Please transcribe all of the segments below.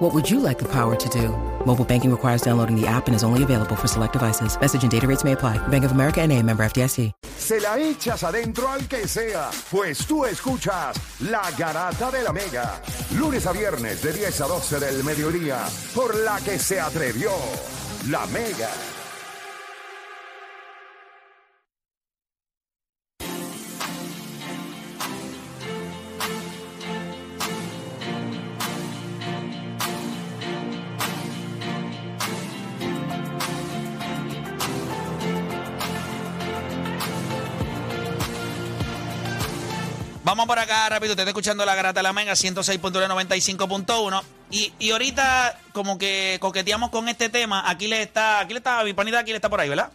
What would you like the power to do? Mobile banking requires downloading the app and is only available for select devices. Message and data rates may apply. Bank of America and a member FDIC. Se la echas adentro al que sea, pues tú escuchas La Garata de la Mega. Lunes a viernes de 10 a 12 del mediodía, por la que se atrevió La Mega. Vamos por acá rápido, usted está escuchando la Garata de la Mega 106.95.1 y, y ahorita como que coqueteamos con este tema, aquí le está, aquí le está, mi panita aquí le está por ahí, ¿verdad?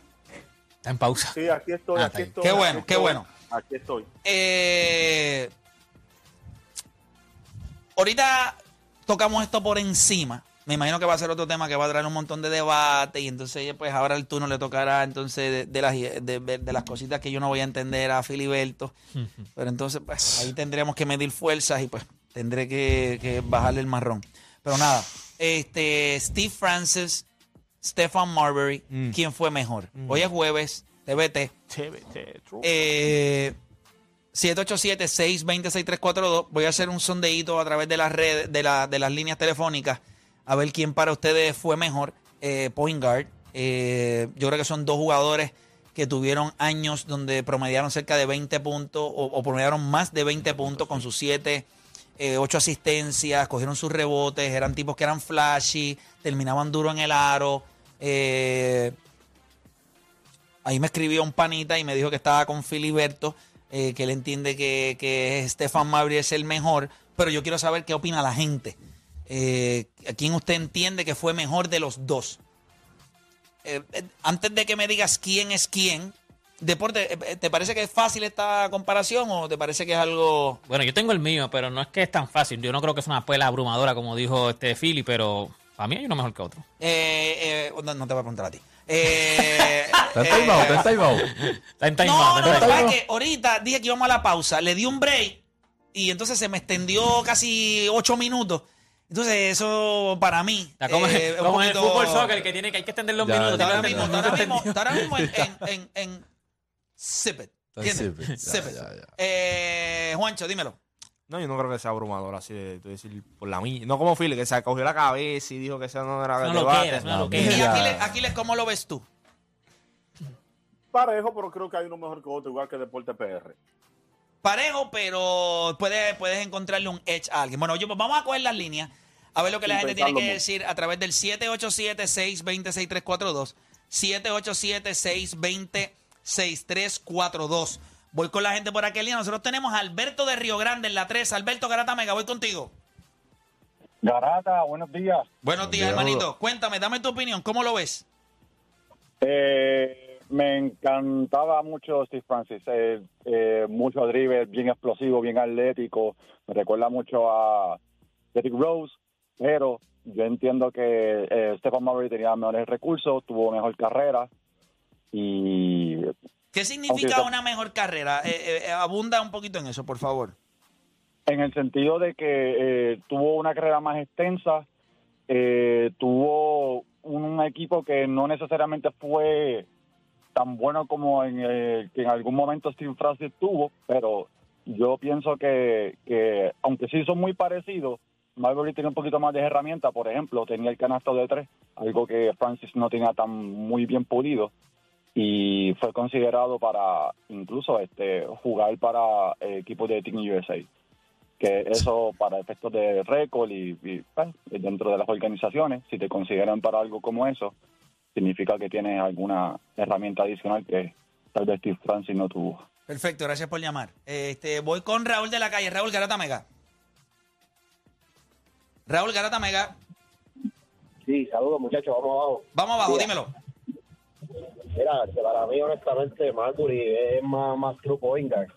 Está en pausa. Sí, aquí estoy, Ah, está aquí bien. estoy. Qué aquí bueno, qué estoy, bueno. Aquí estoy. Eh, ahorita tocamos esto por encima, me imagino que va a ser otro tema que va a traer un montón de debate y entonces pues ahora el turno le tocará entonces de, de las, de, de- de las cositas que yo no voy a entender a Filiberto. Pero entonces, pues, ahí tendremos que medir fuerzas y pues tendré que, que bajarle el marrón. Pero nada, este Steve Francis, Stefan Marbury, ¿quién fue mejor? Hoy es jueves, TBT. Eh, 787-620-6342. Voy a hacer un sondeíto a través de las redes, de, la- de las líneas telefónicas, a ver quién para ustedes fue mejor. Eh, point guard. Eh, yo creo que son dos jugadores que tuvieron años donde promediaron cerca de 20 puntos o, o promediaron más de 20 puntos con sus 7, 8 asistencias, cogieron sus rebotes, eran tipos que eran flashy, terminaban duro en el aro. Eh, Ahí me escribió un panita y me dijo que estaba con Filiberto, eh, que él entiende que, que Estefan Mabry es el mejor, pero yo quiero saber qué opina la gente. Eh, ¿A quién usted entiende que fue mejor de los dos? Eh, eh, antes de que me digas quién es quién, Deporte, eh, eh, ¿te parece que es fácil esta comparación o te parece que es algo... Bueno, yo tengo el mío, pero no es que es tan fácil. Yo no creo que es una pela abrumadora, como dijo este Philly, pero para mí hay uno mejor que otro. eh, eh, no, no te voy a preguntar a ti. Eh, Está en eh, timeout, está en timeout. Está en time No, out, no, lo que está en time pasa out. es que ahorita dije que íbamos a la pausa, le di un break y entonces se me extendió casi ocho minutos. Entonces, eso para mí. Está como, eh, un como en el poquito- fútbol soccer, que, tiene, que hay que extender los Ya, minutos. Está ahora tiene que mismo, está extender- ahora mismo, está ahora mismo en, en, en, en Zip it, ¿entiendes? Zip it, ya, Zip it. ya, ya. Eh, Juancho, dímelo. No, yo no creo que sea abrumador así de, de decir por la mía. No como Phil, que se cogió la cabeza y dijo que esa no era No debate. lo quieras, no no, lo Y mira. quieras. Aquiles, Aquiles, ¿cómo lo ves tú? Parejo, pero creo que hay uno mejor que otro, igual que Deporte PR. Parejo, pero puedes, puedes encontrarle un edge a alguien. Bueno, oye, pues vamos a coger las líneas, a ver lo que la Sin gente tiene que pensarlo mucho. decir a través del 787-620-6342. 787-620-6342. Voy con la gente por aquel día. Nosotros tenemos a Alberto de Río Grande en la 3. Alberto Garata Mega, voy contigo. Garata, buenos días. Buenos días, hermanito. Cuéntame, dame tu opinión. ¿Cómo lo ves? Eh, me encantaba mucho Steve Francis, eh, eh, mucho driver, bien explosivo, bien atlético, me recuerda mucho a Derrick Rose, pero yo entiendo que eh, Stephen Marbury tenía mejores recursos, tuvo mejor carrera y ¿Qué significa Aunque- una mejor carrera? Eh, eh, abunda un poquito en eso, por favor. en el sentido de que eh, tuvo una carrera más extensa, eh, tuvo un equipo que no necesariamente fue tan bueno como en, eh, que en algún momento Steve Francis tuvo, pero yo pienso que, que aunque sí son muy parecidos, Marbury tiene un poquito más de herramientas, por ejemplo, tenía el canasto de tres, algo que Francis no tenía tan muy bien pulido y fue considerado para incluso este jugar para eh, equipos de Team USA que eso para efectos de récord y, y, pues, dentro de las organizaciones, si te consideran para algo como eso, significa que tienes alguna herramienta adicional que tal vez Steve Francis no tuvo. Perfecto, gracias por llamar. Este, voy con Raúl de la calle. Raúl Garata Mega. Raúl Garata Mega. Sí, saludos muchachos, vamos abajo. Vamos abajo, Mira. dímelo. Mira, que para mí, honestamente, Marbury es más, más true point guard.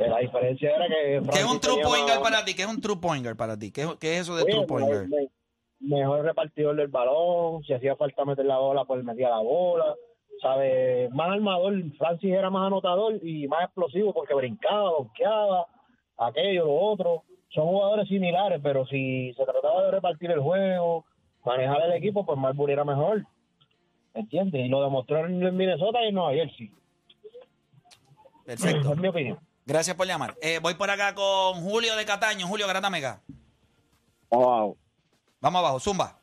Eh, La diferencia era que... ¿Qué es un Francis true tenía point guard más- para ti? ¿Qué es un true point guard para ti? ¿Qué, qué es eso de Oye, true point guard? mejor, me- mejor repartidor del balón, si hacía falta meter la bola, pues metía la bola, ¿sabes? Más armador, Francis era más anotador y más explosivo porque brincaba, bloqueaba, aquello, lo otro. Son jugadores similares, pero si se trataba de repartir el juego, manejar el equipo, pues Marbury era mejor. ¿Entiendes? Y lo demostró en en Minnesota y en Nueva Jersey. Esa Perfecto. es mi opinión. Gracias por llamar. Eh, voy por acá con Julio de Cataño. Julio Gratamega. Wow. Vamos abajo, Zumba.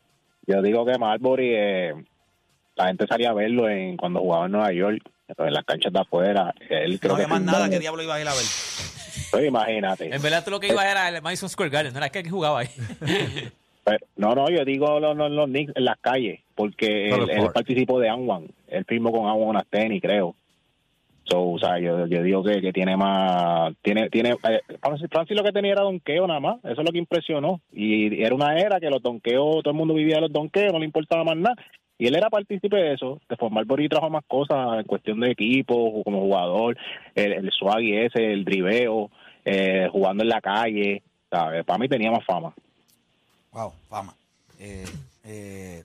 Yo digo que Marbury, eh, la gente salía a verlo en, cuando jugaba en Nueva York, en las canchas de afuera. Él creo No que había más fue- nada que diablo iba a ir a ver. Pues imagínate. En verdad, tú lo que ibas era el Madison Square Garden, no era que jugaba ahí. Pero- no, no, yo digo los, los, los Knicks en las calles, porque No, él, los él Forwards. participó de Anwan. Él firmó con Anwan unas tenis, creo. So, o sea, yo, yo digo que, que tiene más... tiene tiene eh, Francis, Francis lo que tenía era donqueo nada más. Eso es lo que impresionó. Y era una era que los donqueos, todo el mundo vivía de los donqueos, no le importaba más nada. Y él era partícipe de eso. Después Marbury trajo más cosas en cuestión de equipo, como jugador, el, el swag y ese, el driveo, eh, jugando en la calle. ¿sabes? Para mí tenía más fama. Wow, fama. Eh, eh,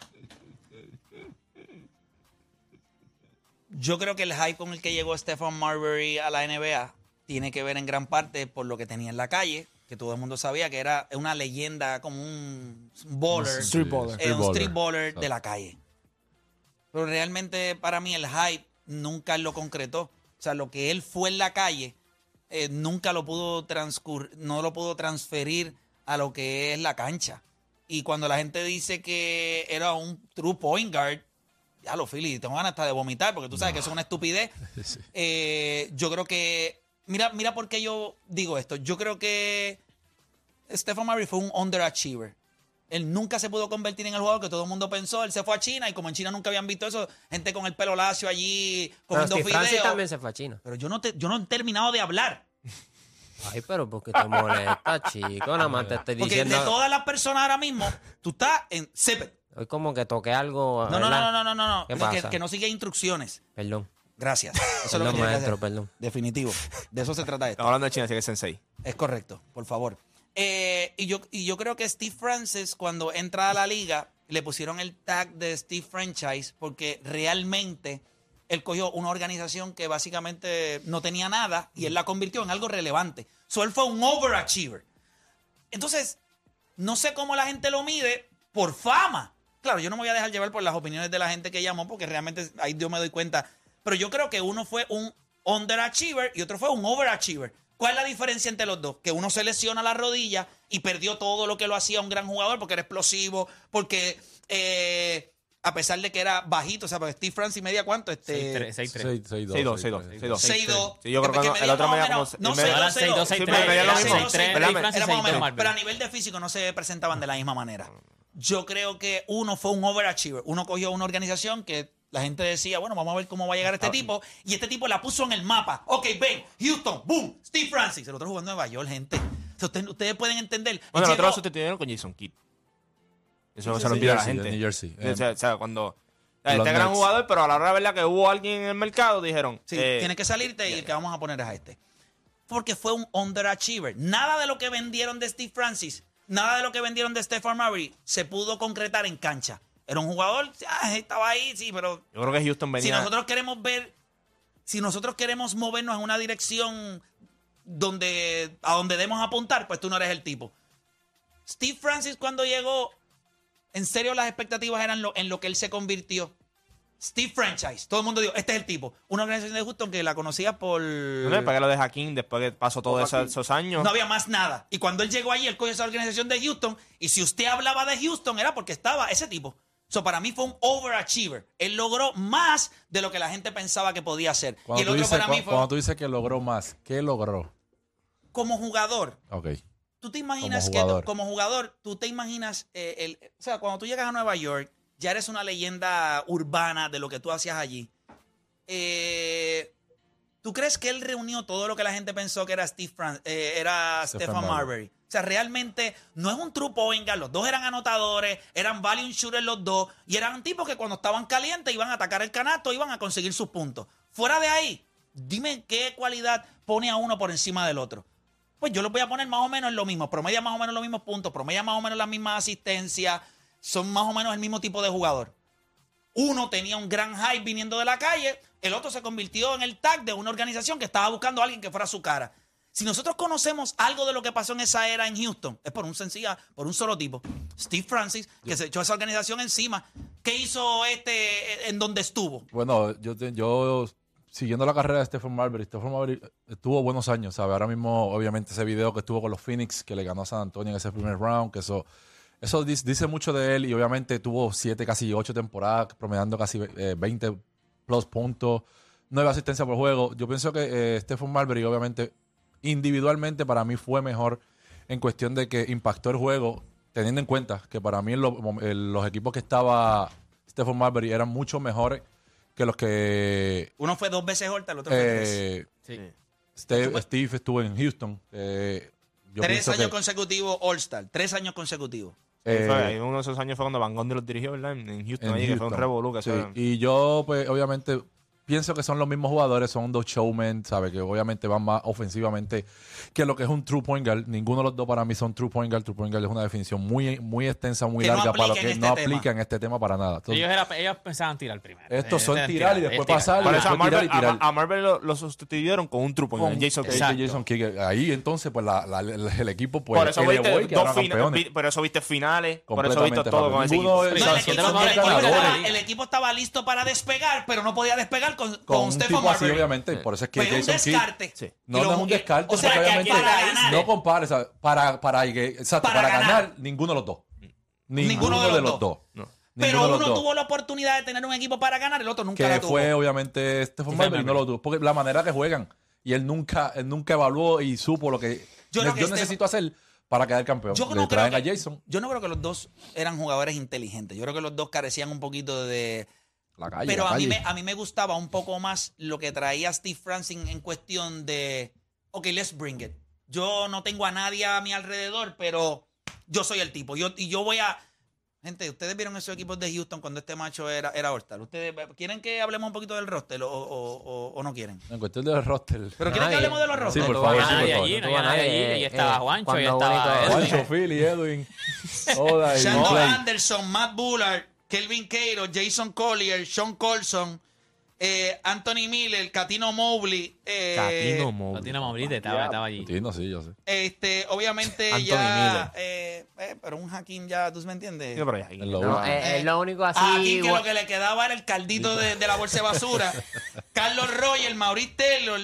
yo creo que el hype con el que llegó Stephen Marbury a la NBA tiene que ver en gran parte por lo que tenía en la calle, que todo el mundo sabía que era una leyenda, como un baller, Street baller. eh, un street baller Exacto. de la calle. Pero realmente para mí el hype nunca lo concretó. O sea, lo que él fue en la calle eh, nunca lo pudo transcur no lo pudo transferir a lo que es la cancha. Y cuando la gente dice que era un true point guard, ya lo Philly, tengo ganas hasta de vomitar porque tú sabes que eso es una estupidez. Sí. Eh, yo creo que mira mira por qué yo digo esto. Yo creo que Stephen Murray fue un underachiever. Él nunca se pudo convertir en el jugador que todo el mundo pensó. Él se fue a China y como en China nunca habían visto eso, gente con el pelo lacio allí Pero comiendo Steve Francis fideos. también se fue a China. Pero yo no, te- yo no he terminado de hablar. Ay, pero ¿por qué te molesta, chico? Nada más te estoy Porque diciendo. de todas las personas ahora mismo, tú estás en Zepet. Hoy como que toqué algo. No, no, Ah, no, ¿verdad? no, no, no, no. ¿Qué Que- pasa? Que, no sigue instrucciones. Perdón. Gracias. Eso es lo que Perdón, tienes que maestro, hacer. perdón. Definitivo. De eso se trata esto. Estamos hablando de China, así que es sensei. Es correcto, por favor. Eh, y, yo, y yo creo que Steve Francis, cuando entra a la liga, le pusieron el tag de Steve Franchise porque realmente él cogió una organización que básicamente no tenía nada y él la convirtió en algo relevante. So él fue un overachiever. Entonces, no sé cómo la gente lo mide por fama. Claro, yo no me voy a dejar llevar por las opiniones de la gente que llamó porque realmente ahí yo me doy cuenta. Pero yo creo que uno fue un underachiever y otro fue un overachiever. ¿Cuál es la diferencia entre los dos? Que uno se lesiona la rodilla y perdió todo lo que lo hacía un gran jugador porque era explosivo, porque eh, a pesar de que era bajito, o sea, porque Steve Francis medía cuánto, este... 6-3. 6-3. 6-2, 6-2, 6-2, 6-2. 6'2". Sí, yo creo Porque que el otro más o me da como... menos- No, el medio- 6'2, Eran 6-2, 6'2, Sí, pero era lo 6'2, mismo. 6'2, 6'3, Pero dame- Francis era más o 6'2, menos, Marvel. pero a nivel de físico no se presentaban de la misma manera. Yo creo que uno fue un overachiever. Uno cogió una organización que la gente decía, bueno, vamos a ver cómo va a llegar este tipo. Y este tipo la puso en el mapa. Ok, ven, Houston, boom, Steve Francis. El otro jugando en Nueva York, gente. Entonces, Ustedes, ustedes pueden entender. Bueno, el otro Llegó- lo sustituyeron con Jason Kidd. Eso no se lo olvida a la Jersey, de gente. New Jersey. O eh. sea, o sea, cuando... o sea, Los Este gran Nets. jugador, pero a la hora de verdad que hubo alguien en el mercado, dijeron... Sí, eh, tienes que salirte y el que vamos a poner es a este. Porque fue un underachiever. Nada de lo que vendieron de Steve Francis, nada de lo que vendieron de Stephen Marbury se pudo concretar en cancha. Era un jugador, ah, estaba ahí, sí, pero Yo creo que Houston venía... si nosotros queremos ver, si nosotros queremos movernos en una dirección donde a donde debemos apuntar, pues tú no eres el tipo. Steve Francis cuando llegó, en serio las expectativas eran lo- en lo que él se convirtió. Steve Franchise, todo el mundo dijo, este es el tipo. Una organización de Houston que la conocía por... No sé, para que lo de Jaquín después que pasó todos esos, esos años. No había más nada. Y cuando él llegó ahí, él cogió esa organización de Houston. Y si usted hablaba de Houston, era porque estaba ese tipo. Eso para mí fue un overachiever. Él logró más de lo que la gente pensaba que podía hacer. Cuando, y el tú otro dices, para cu- mí fue cuando tú dices que logró más, ¿qué logró? como jugador. Ok. ¿Tú te imaginas que jugador. tú- como jugador, tú te imaginas, eh, el, o sea, cuando tú llegas a Nueva York, ya eres una leyenda urbana de lo que tú hacías allí. Eh, ¿Tú crees que él reunió todo lo que la gente pensó que era Steve Fran- eh, era Stephen Stefan Marbury? Marbury. O sea, realmente no es un true point guard. Los dos eran anotadores, eran valiant shooters los dos y eran tipos que cuando estaban calientes iban a atacar el canasto, iban a conseguir sus puntos. Fuera de ahí, dime qué cualidad pone a uno por encima del otro. Pues yo los voy a poner más o menos en lo mismo. Promedia más o menos los mismos puntos, promedia más o menos las mismas asistencias, son más o menos el mismo tipo de jugador. Uno tenía un gran hype viniendo de la calle, el otro se convirtió en el tag de una organización que estaba buscando a alguien que fuera su cara. Si nosotros conocemos algo de lo que pasó en esa era en Houston, es por un sencilla, por un solo tipo, Steve Francis, que se echó esa organización encima. ¿Qué hizo este eh, en donde estuvo? Bueno, yo, te- yo siguiendo la carrera de Stephen Marbury, Stephen Marbury estuvo buenos años, ¿sabes? Ahora mismo, obviamente, ese video que estuvo con los Phoenix, que le ganó a San Antonio en ese primer round, que eso, eso dis- dice mucho de él y obviamente tuvo siete, casi ocho temporadas, promediando casi eh, 20 plus puntos, nueve asistencias por juego. Yo pienso que eh, Stephen Marbury, obviamente, individualmente para mí fue mejor en cuestión de que impactó el juego, teniendo en cuenta que para mí en los mom- en los equipos que estaba Stephen Marbury eran mucho mejores que los que Uno fue dos veces Horta, el otro fue tres. eh, Steve, Steve estuvo en Houston. Eh, yo Tres pienso años que- consecutivos All-Star, tres años consecutivos. eh, Eso es, uno de esos años fue cuando Van Gundy los dirigió, ¿verdad? En, en Houston, en ahí, que fue un Houston. revolú. que Sí, eso- Y yo, pues, obviamente, pienso que son los mismos jugadores, son dos showmen, ¿sabes? Que obviamente van más ofensivamente que lo que es un true point guard. Ninguno de los dos para mí son true point guard. True point guard es una definición muy, muy extensa, muy Que no larga para lo aplica que en no este tema. aplica en este tema para nada. Entonces, Ellos, era- ellos pensaban tirar primero. Estos son Pensaban tirar y después es tirar. pasar. Por eso a después tirar Marvel, y tirar. a- a Marvel lo, lo sustituyeron con un trupo, con Jason Kidd. eh, Jason Kidd. Ahí entonces, pues, la- la- la- el equipo, pues, por eso elevó viste y dos quedaron finales, campeones. vi- por eso viste finales, por eso viste Completamente, todo Rafa. con ese Ninguno equipo. de- No, o sea, el, si equipo, tenemos el que equipo ganadores. estaba, el equipo estaba listo para despegar, pero no podía despegar con, con, con un Stephen tipo así, Marbury. obviamente. Por eso es que Pues Pero Pues, un Jason descarte. Kidd. Sí. No, no es un descarte. O sea, porque que aquí obviamente para ganar. No compares. ¿sabes? Para, para, exacto, Para para, ganar. ganar, ninguno de los dos. Ninguno, de, los dos. No. Ninguno de Pero los uno dos. tuvo la oportunidad de tener un equipo para ganar, el otro nunca Que la tuvo. fue, obviamente, este Marbury y no Marbury. lo tuvo. Porque la manera que juegan. Y él nunca, él nunca evaluó y supo lo que Yo yo, creo que yo Stephen- necesito hacer para quedar campeón. Yo Le no, creo traen que, a Jason yo no creo que los dos eran jugadores inteligentes. Yo creo que los dos carecían un poquito de, la calle. Pero la a mí, calle. me, a mí me gustaba un poco más lo que traía Steve Francis en cuestión de, ok, let's bring it. Yo no tengo a nadie a mi alrededor, pero yo soy el tipo. Yo, y yo voy a... Gente, ustedes vieron esos equipos de Houston cuando este macho era, era Hortal. ¿Ustedes quieren que hablemos un poquito del roster o, o- o- o no quieren? En cuestión del roster. Pero ¿quieren que Nadie. hablemos de los Sí, rosters? por tuvo favor, a sí, por nadie favor. allí, No no tuvo había a nadie nadie allí, eh, y estaba eh, Juancho, cuando y estaba único- Juancho, Philly, Edwin, Oda y Shandon Clay. Anderson, Matt Bullard, Kelvin Cato, Jason Collier, Sean Colson, eh, Anthony Miller, Catino Mobley. eh, Catino Mobley. Platino Mambrite estaba, estaba allí. Entiendo, sí, yo sé. Este, obviamente Anthony ya. eh, eh, pero un Hakim ya, ¿tú me entiendes? Sí, pero ya, ahí. En lo No, uno. eh, es, lo único así. A Hakim que gua- lo que le quedaba era el caldito de, de la bolsa de basura. Carlos Roger, Maurice Taylor,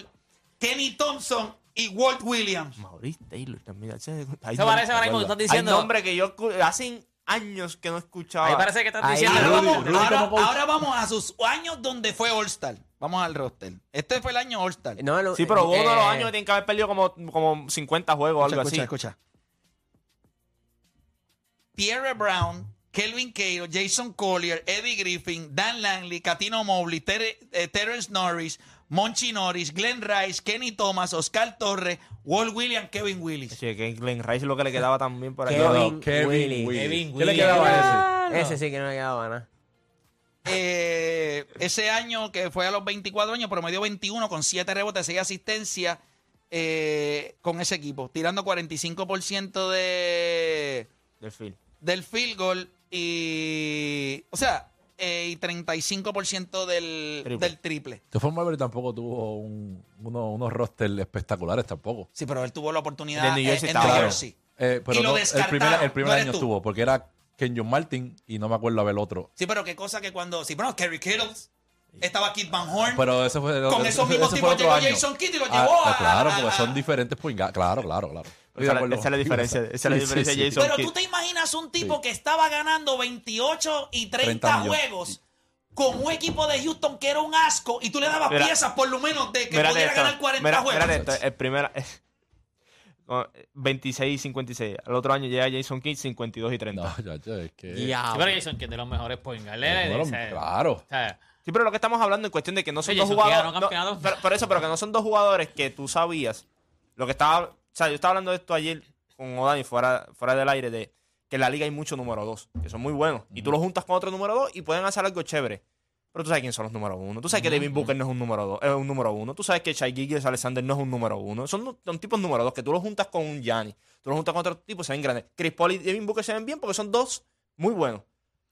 Kenny Thompson y Walt Williams. Maurice Taylor también. Ese- hay Eso parece ahora mismo Recuerda. que estás diciendo. Hay nombre que yo escu- hace años que no escuchaba. Ahí parece que estás Ahí, diciendo. Ahora, Rudy, vamos, Rudy ahora- como coach. ahora vamos a sus años donde fue All-Star. Vamos al roster. Este fue el año All-Star. no, lo- Sí, pero hubo uno de los eh, años que tienen que haber perdido como, como 50 juegos o algo así. escucha, escucha. Pierre Brown, Kelvin Cato, Jason Collier, Eddie Griffin, Dan Langley, Catino Mobley, Ter- eh, Terrence Norris, Monchi Norris, Glenn Rice, Kenny Thomas, Oscar Torres, Walt Williams, Kevin Willis. Che, que Glenn Rice es lo que le quedaba también por ahí. Kevin No, no, Kevin Willis. Willis. Kevin ¿Qué le Willis. quedaba a ese? Ese sí que no le quedaba nada. Eh, ese año que fue a los 24 años, promedió 21 con 7 rebotes, 6 asistencias eh, con ese equipo, tirando 45% de... Del Phil. del field goal y. O sea, eh, y 35% del Triple. del triple. De forma Este Marbury tampoco tuvo un- uno- unos roster espectaculares tampoco. Sí, pero él tuvo la oportunidad El de New en- Jersey en estaba New Claro. Jersey. Eh, pero Y lo no, el descartaron, primer, el primer no eres año tú. estuvo, porque era Kenyon Martin y no me acuerdo haber otro. Sí, pero qué cosa que cuando. Sí, pero Kerry Kittles. Estaba Kid Van Horn. Pero ese fue el Con ese- esos mismos ese tipos fue otro llegó año. Ah, Jason Kidd y lo llevó a- Claro, a- porque a- son diferentes point guard. Claro, claro, claro. Estoy de Esa, acuerdo esa es la contigo, diferencia. esa- Esa es la sí, diferencia sí, de sí. Jason Pero tú Kidd. te imaginas un tipo Sí. que estaba ganando 28 y 30, 30 millones. juegos con un equipo de Houston que era un asco y tú le dabas Mira, piezas por lo menos de que Mírate pudiera esto, ganar 40 mira- juegos. mírate esto, el primer... con 26 y 56. Al otro año llega Jason Kidd 52 y 30. No, ya, ya, es que. Diablo. Sí, pero Jason, que es de los mejores point guard. es uno de los- O sea, claro. o sea, Sí, pero lo que estamos hablando en cuestión de que no son Oye, dos eso que jugadores. ganó no, campeonato. pero, pero eso, pero que no son dos jugadores que tú sabías. Lo que estaba. O sea, yo estaba hablando de esto ayer con Odani fuera, fuera del aire de que en la liga hay muchos número dos, que son muy buenos. Y tú los juntas con otro número dos y pueden hacer algo chévere. Pero tú sabes quién son los número uno. Tú sabes que Devin Booker no es un número dos, es un número uno. Tú sabes que Shai Gilgeous Alexander no es un número uno. Son, nu- son tipos número dos que tú los juntas con un Gianni. Tú los juntas con otro tipo, se ven grandes. Chris Paul y Devin Booker se ven bien porque son dos muy buenos.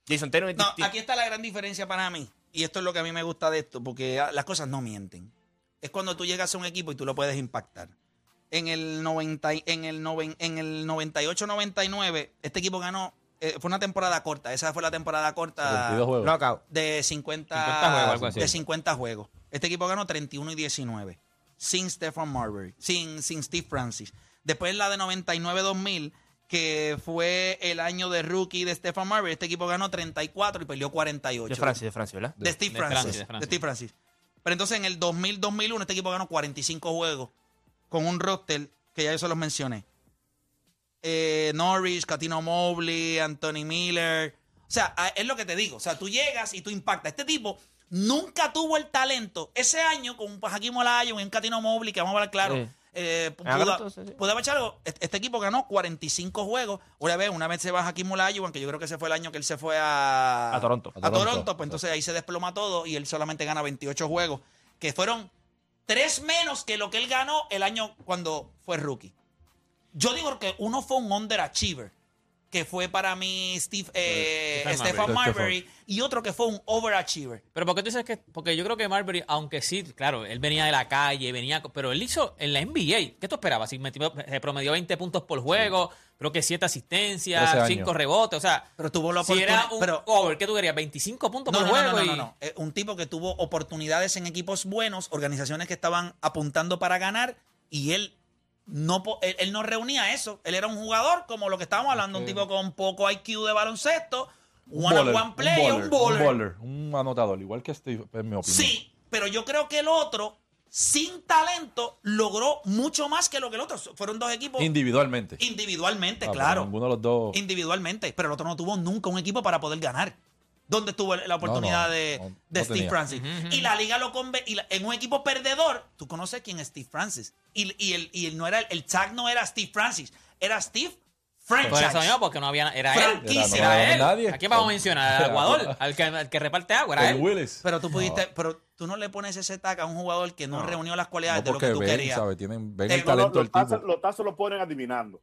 Jason Taylor y No, Tit- aquí está la gran diferencia para mí. Y esto es lo que a mí me gusta de esto, porque ah, las cosas no mienten. Es cuando tú llegas a un equipo y tú lo puedes impactar. En el 90 y- en el noven- en el 98-99, este equipo ganó. eh, fue una temporada corta. Esa fue la temporada corta 72 juegos. Knockout. de 50, 50 juegos, algo así. de 50 juegos. Este equipo ganó 31 y 19. Sin Stephen Marbury, sin, sin Steve Francis. Después la de 99-2000, que fue el año de rookie de Stephen Marbury. Este equipo ganó 34 y perdió 48. De Francia, de Francia, ¿verdad? De Steve De Francis. Francis, de De Francis. Steve Francis. Pero entonces en el 2000-2001 este equipo ganó 45 juegos con un roster que ya yo se los mencioné. Eh, Norris, Catino Mobley, Anthony Miller. O sea, a- es lo que te digo. O sea, tú llegas y tú impactas. Este tipo nunca tuvo el talento. Ese año con un Pajaquim Olayo y un Catino Mobley, que vamos a hablar claro, Sí. eh, pudo, Ah, claro, entonces, sí. pudo haber hecho algo. Este este equipo ganó 45 juegos. Una vez, una vez se va Hakim Olajuwon, que yo creo que ese fue el año que él se fue a... A Toronto. A Toronto, Toronto, pues entonces ahí se desploma todo y él solamente gana 28 juegos, que fueron tres menos que lo que él ganó el año cuando fue rookie. Yo digo que uno fue un underachiever, que fue para mí Steve, eh, Stephen Stephen Marbury. Marbury, y otro que fue un overachiever. Pero porque tú dices que, porque yo creo que Marbury, aunque sí, claro, él venía de la calle, venía, co- pero él hizo en la NBA, ¿qué tú esperabas? Si metió- se promedió 20 puntos por juego, creo que 7 asistencias, 13 años. 5 rebotes, o sea, Pero tuvo la si era oportunidad- pero- un over, ¿qué tú querías? 25 puntos No, por no, juego no, no, y- no, no. Eh, Un tipo que tuvo oportunidades en equipos buenos, organizaciones que estaban apuntando para ganar, y él no, po- él, él no reunía eso. Él era un jugador, como lo que estábamos hablando, un tipo con poco IQ de baloncesto, one on one player, un Un baller. baller, un anotador, igual que Steve, en mi opinión. Sí, pero yo creo que el otro, sin talento, logró mucho más que lo que el otro. Fueron dos equipos Individualmente. individualmente, Ah, pero claro. Ninguno de los dos. individualmente, pero el otro no tuvo nunca un equipo para poder ganar. ¿Dónde estuvo la oportunidad no, de, no, no de Steve tenía. Francis? Y la liga lo conve y la- en un equipo perdedor, tú conoces quién es Steve Francis. Y, y el, y el no era el, tag no era Steve Francis, era Steve Por eso mismo, Franchise. porque no había, era él. Franquicia. Era, no había Era él. nadie. ¿A quién vamos a mencionar? Al aguador, al que, al que reparte agua, era Ted él. Willis. Pero tú pudiste, pero tú no le pones ese tag a un jugador que no, reunió las cualidades no de lo que porque tú ven, querías. ¿sabes? Tienen, ven Te- el no, talento los, del tazos, tipo. los tazos lo ponen adivinando.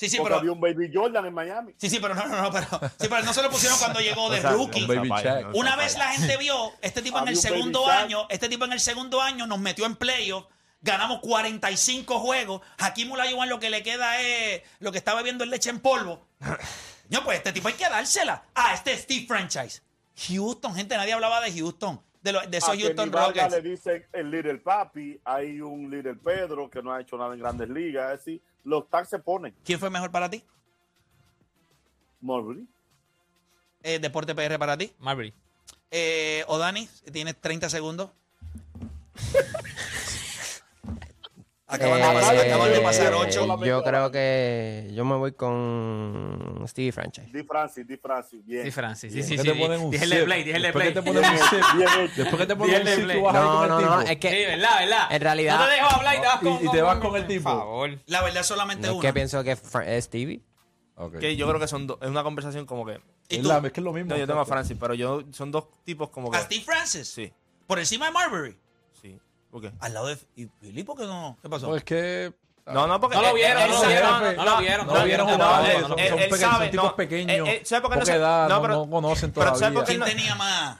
Sí, sí, porque pero había un Baby Jordan en Miami. sí, sí, pero no, no, no, pero, sí, pero no se lo pusieron cuando llegó de O sea, rookie. un baby Zapaya, check. no, Una Zapaya. vez la gente vio, este tipo en Había el un baby segundo shark. año, este tipo en el segundo año nos metió en playoff, ganamos 45 juegos, aquí Mulayoan lo que le queda es, lo que estaba viendo es leche en polvo. No, pues este tipo hay que dársela. Ah, este es Steve Franchise. Houston, gente, nadie hablaba de Houston, de, lo- de A esos Houston Kenny Vargas Rockets. le dicen el Little Papi, hay un Little Pedro que no ha hecho nada en grandes ligas. Es decir, los tags se ponen. ¿Quién fue mejor para ti? Marbury. Eh, Deporte PR para ti. Marbury. Eh, Odani, tienes 30 segundos. acaban, de Eh, pasar, acaban de pasar eh, 8. Yo creo que yo me voy con Stevie Franchise. Di Francis, Di Francis, bien. Sí, Francis. Sí, ¿Por sí, qué sí. te ponen un Dije el de zip? play, dije el de ¿Por qué play. te ponen un zip? Bien hecho. Después que te ponen un Dile zip, play. tú vas a ir No, con no, el no, eh, tipo. es Sí, que verdad, verdad. En realidad- No te dejo hablar y te vas No, con, y- y te vas con el tipo. Por favor. La verdad solamente no es uno. que pienso que Fra- eh, Stevie. Ok. Que yo creo que son dos. Es una conversación como que. ¿Y Es tú? la- es que es lo mismo. No, yo tengo a Francis, pero yo son dos tipos como que. A Steve Francis. Sí, Por encima de Marbury. sí. ¿Por qué? Al lado de. ¿Y Philly por qué no? ¿Qué pasó? No, es que. No, no, porque. No lo él- vieron, él no lo sabe- vieron, no lo vieron, no lo vieron jugar, él- no, son- él- son él pequeños, sabe, son tipos no, pequeños, él- él- ¿sabe por qué poca se- edad, no- pero- no conocen pero ¿sabe todavía. por qué ¿Quién no- tenía más?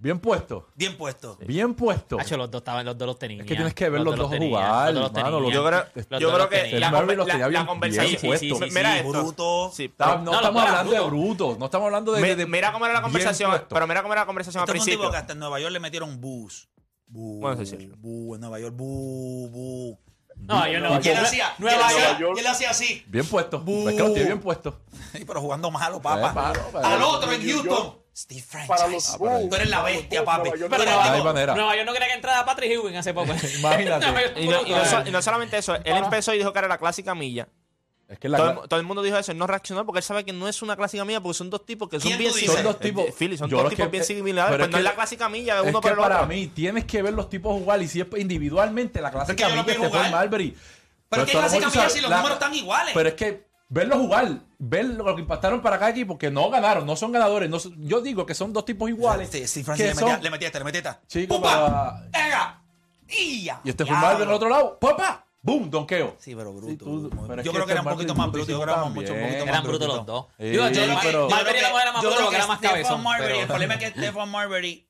Bien puesto. Bien puesto. Bien puesto. Hacho, los dos estaban, los dos los tenían. Es que tienes que ver los dos jugar, mano, los- Yo creo, Los yo dos creo los que tenía. la, El Marvel los la- tenía la bien- conversación. bien puesto. M- Mira Sí, esto. bruto. Sí, pero- Ah, no, no, estamos no, hablando de bruto. brutos, no estamos hablando de. mi- de- mira cómo era la bien conversación. puesto. Pero mira cómo era la conversación al Este es un tipo principio. que hasta en Nueva York le metieron bus. Bu, Bueno, eso es cierto. bu, en Nueva York, bu, bu. No, yo no. ¿Quién le hacía? ¿Quién le Nueva hacía? York. York. ¿Quién le hacía así? Bien puesto. Bu. Es que los tiene bien puestos. Sí, pero jugando malo, papá. Eh, malo, pero- Al otro en New York. Houston. Steve Para los Franchise. Bulls. Tú eres la Para los bestia, Bulls, papi. Nueva York, Pero No era hay tipo- manera. Nueva York no quería que entrara Patrick Ewing hace poco. Imagínate. Nueva York Y no, y no puro so- jugar. y no solamente eso, él empezó y dijo que era la clásica milla. Es que la todo, cla- el, todo el mundo dijo eso, él no reaccionó porque él sabe que no es una clásica milla porque son dos tipos que son ¿Quién bien tú dices? similares. Son dos tipos- Eh, Philly, son yo dos los que- tipos bien eh, similares, pero pero es no que- es la clásica milla de es uno que para el otro. para mí tienes que ver los tipos jugar y si es individualmente la clase que yo que lo vi te fue jugar. Marbury. Pero es que esto a lo clase mejor tú camilla sabes, si los la- números están iguales. Pero es que verlos jugar, ver lo lo que impactaron para cada equipo, que no ganaron, no son ganadores. no son- yo digo que son dos tipos iguales. Sí, sí, Francis, que le metía, son- le metía esta, le metía esta. Chico, ¡Pupa! pero- ¡Ega! ¡Iya! Y este fue Diablo. Marbury del otro lado. ¡Papá! ¡Boom! Donqueo. Sí, pero bruto. Sí, tú- bruto. pero es yo que creo este que era un poquito más Marbury bruto. Yo brutísimo creo que era mucho, un también. poquito más Eran brutos brutito. los dos. Sí, Digo, yo, pero- Marbury era la mujer más yo bruta creo porque era más Stephen cabezón. Marbury, pero- El problema es que Stephen Marbury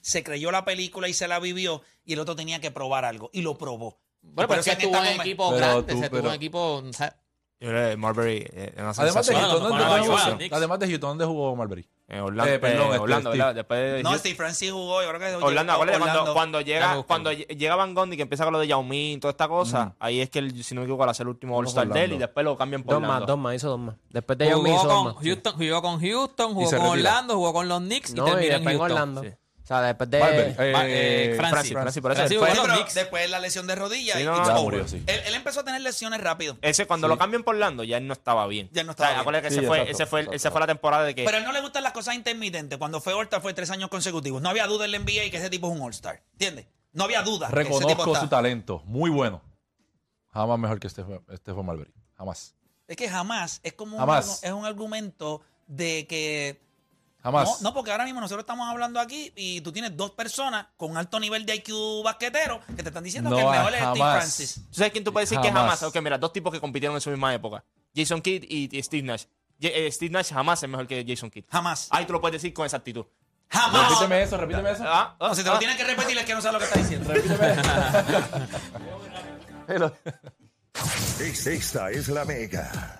se creyó la película y se la vivió y el otro tenía que probar algo y lo probó. Bueno, pero es que tuvo un equipo Pero grande, tú, se tuvo un pero- equipo... o sea, Yo creo que Marbury eh, es una Además de sensación. Bueno, Houston, no, ¿dónde no, jugó- no, no, no, no. Además de Houston, ¿dónde jugó Marbury? En Orlando, Eh, perdón, en este, Orlando, Steve. ¿verdad? Después de No, Houston. Steve Francis jugó, yo creo que Orlando, acuérdate, Orlando. cuando, cuando Dame llega, buscarlo. cuando lle- llega Van Gundy que empieza con lo de Yao Ming, toda esta cosa, ahí es que él, si no me equivoco, le hace el último Vamos All-Star de él y Orlando. después lo cambian por Dos Orlando. más, dos más, hizo dos más. Después de Yao Ming hizo Jugó dos con más. Houston, jugó con Houston, jugó se con retira. Orlando, jugó con los Knicks y No, y terminó en después en Houston. Orlando. Sí. O sea, después Marbury. de... eh, Eh, Francis, Francis, Francis, por eso. Francis después- jugó con Pero los Knicks. después la lesión de rodilla, Sí, y no, it's ya over. murió, sí. él, él empezó a tener lesiones rápido. Ese, cuando lo cambian por Orlando, ya él no estaba bien. Ya no estaba bien. acuérdate que Sí, ese, fue, exacto, ese, fue, exacto. ese fue la temporada Eh, de que. Pero a él no le gustan las cosas intermitentes. Cuando fue All-Star fue tres años consecutivos. No había duda en la NBA que ese tipo es un All-Star. ¿Entiendes? No había duda. que ese tipo Reconozco está. su talento. Muy bueno. Jamás mejor que Stephen, Stephen Marbury. Jamás. Es que jamás es como un Jamás. argu- es un argumento de que Jamás. No, no, porque ahora mismo nosotros estamos hablando aquí y tú tienes dos personas con alto nivel de IQ basquetero que te están diciendo No, que el mejor es Steve jamás. Francis. ¿Tú sabes quién tú puedes decir que Jamás. jamás? Ok, mira, dos tipos que compitieron en su misma época: Jason Kidd y, y Steve Nash. Ye- eh, Steve Nash jamás es mejor que Jason Kidd. Jamás. Ahí tú lo puedes decir con exactitud. Jamás. Repíteme eso, repíteme eso. Ah, ah, No, si te lo ah. tienen que repetir es que no sabes lo que está diciendo. Pero- Es- Esta es la mega.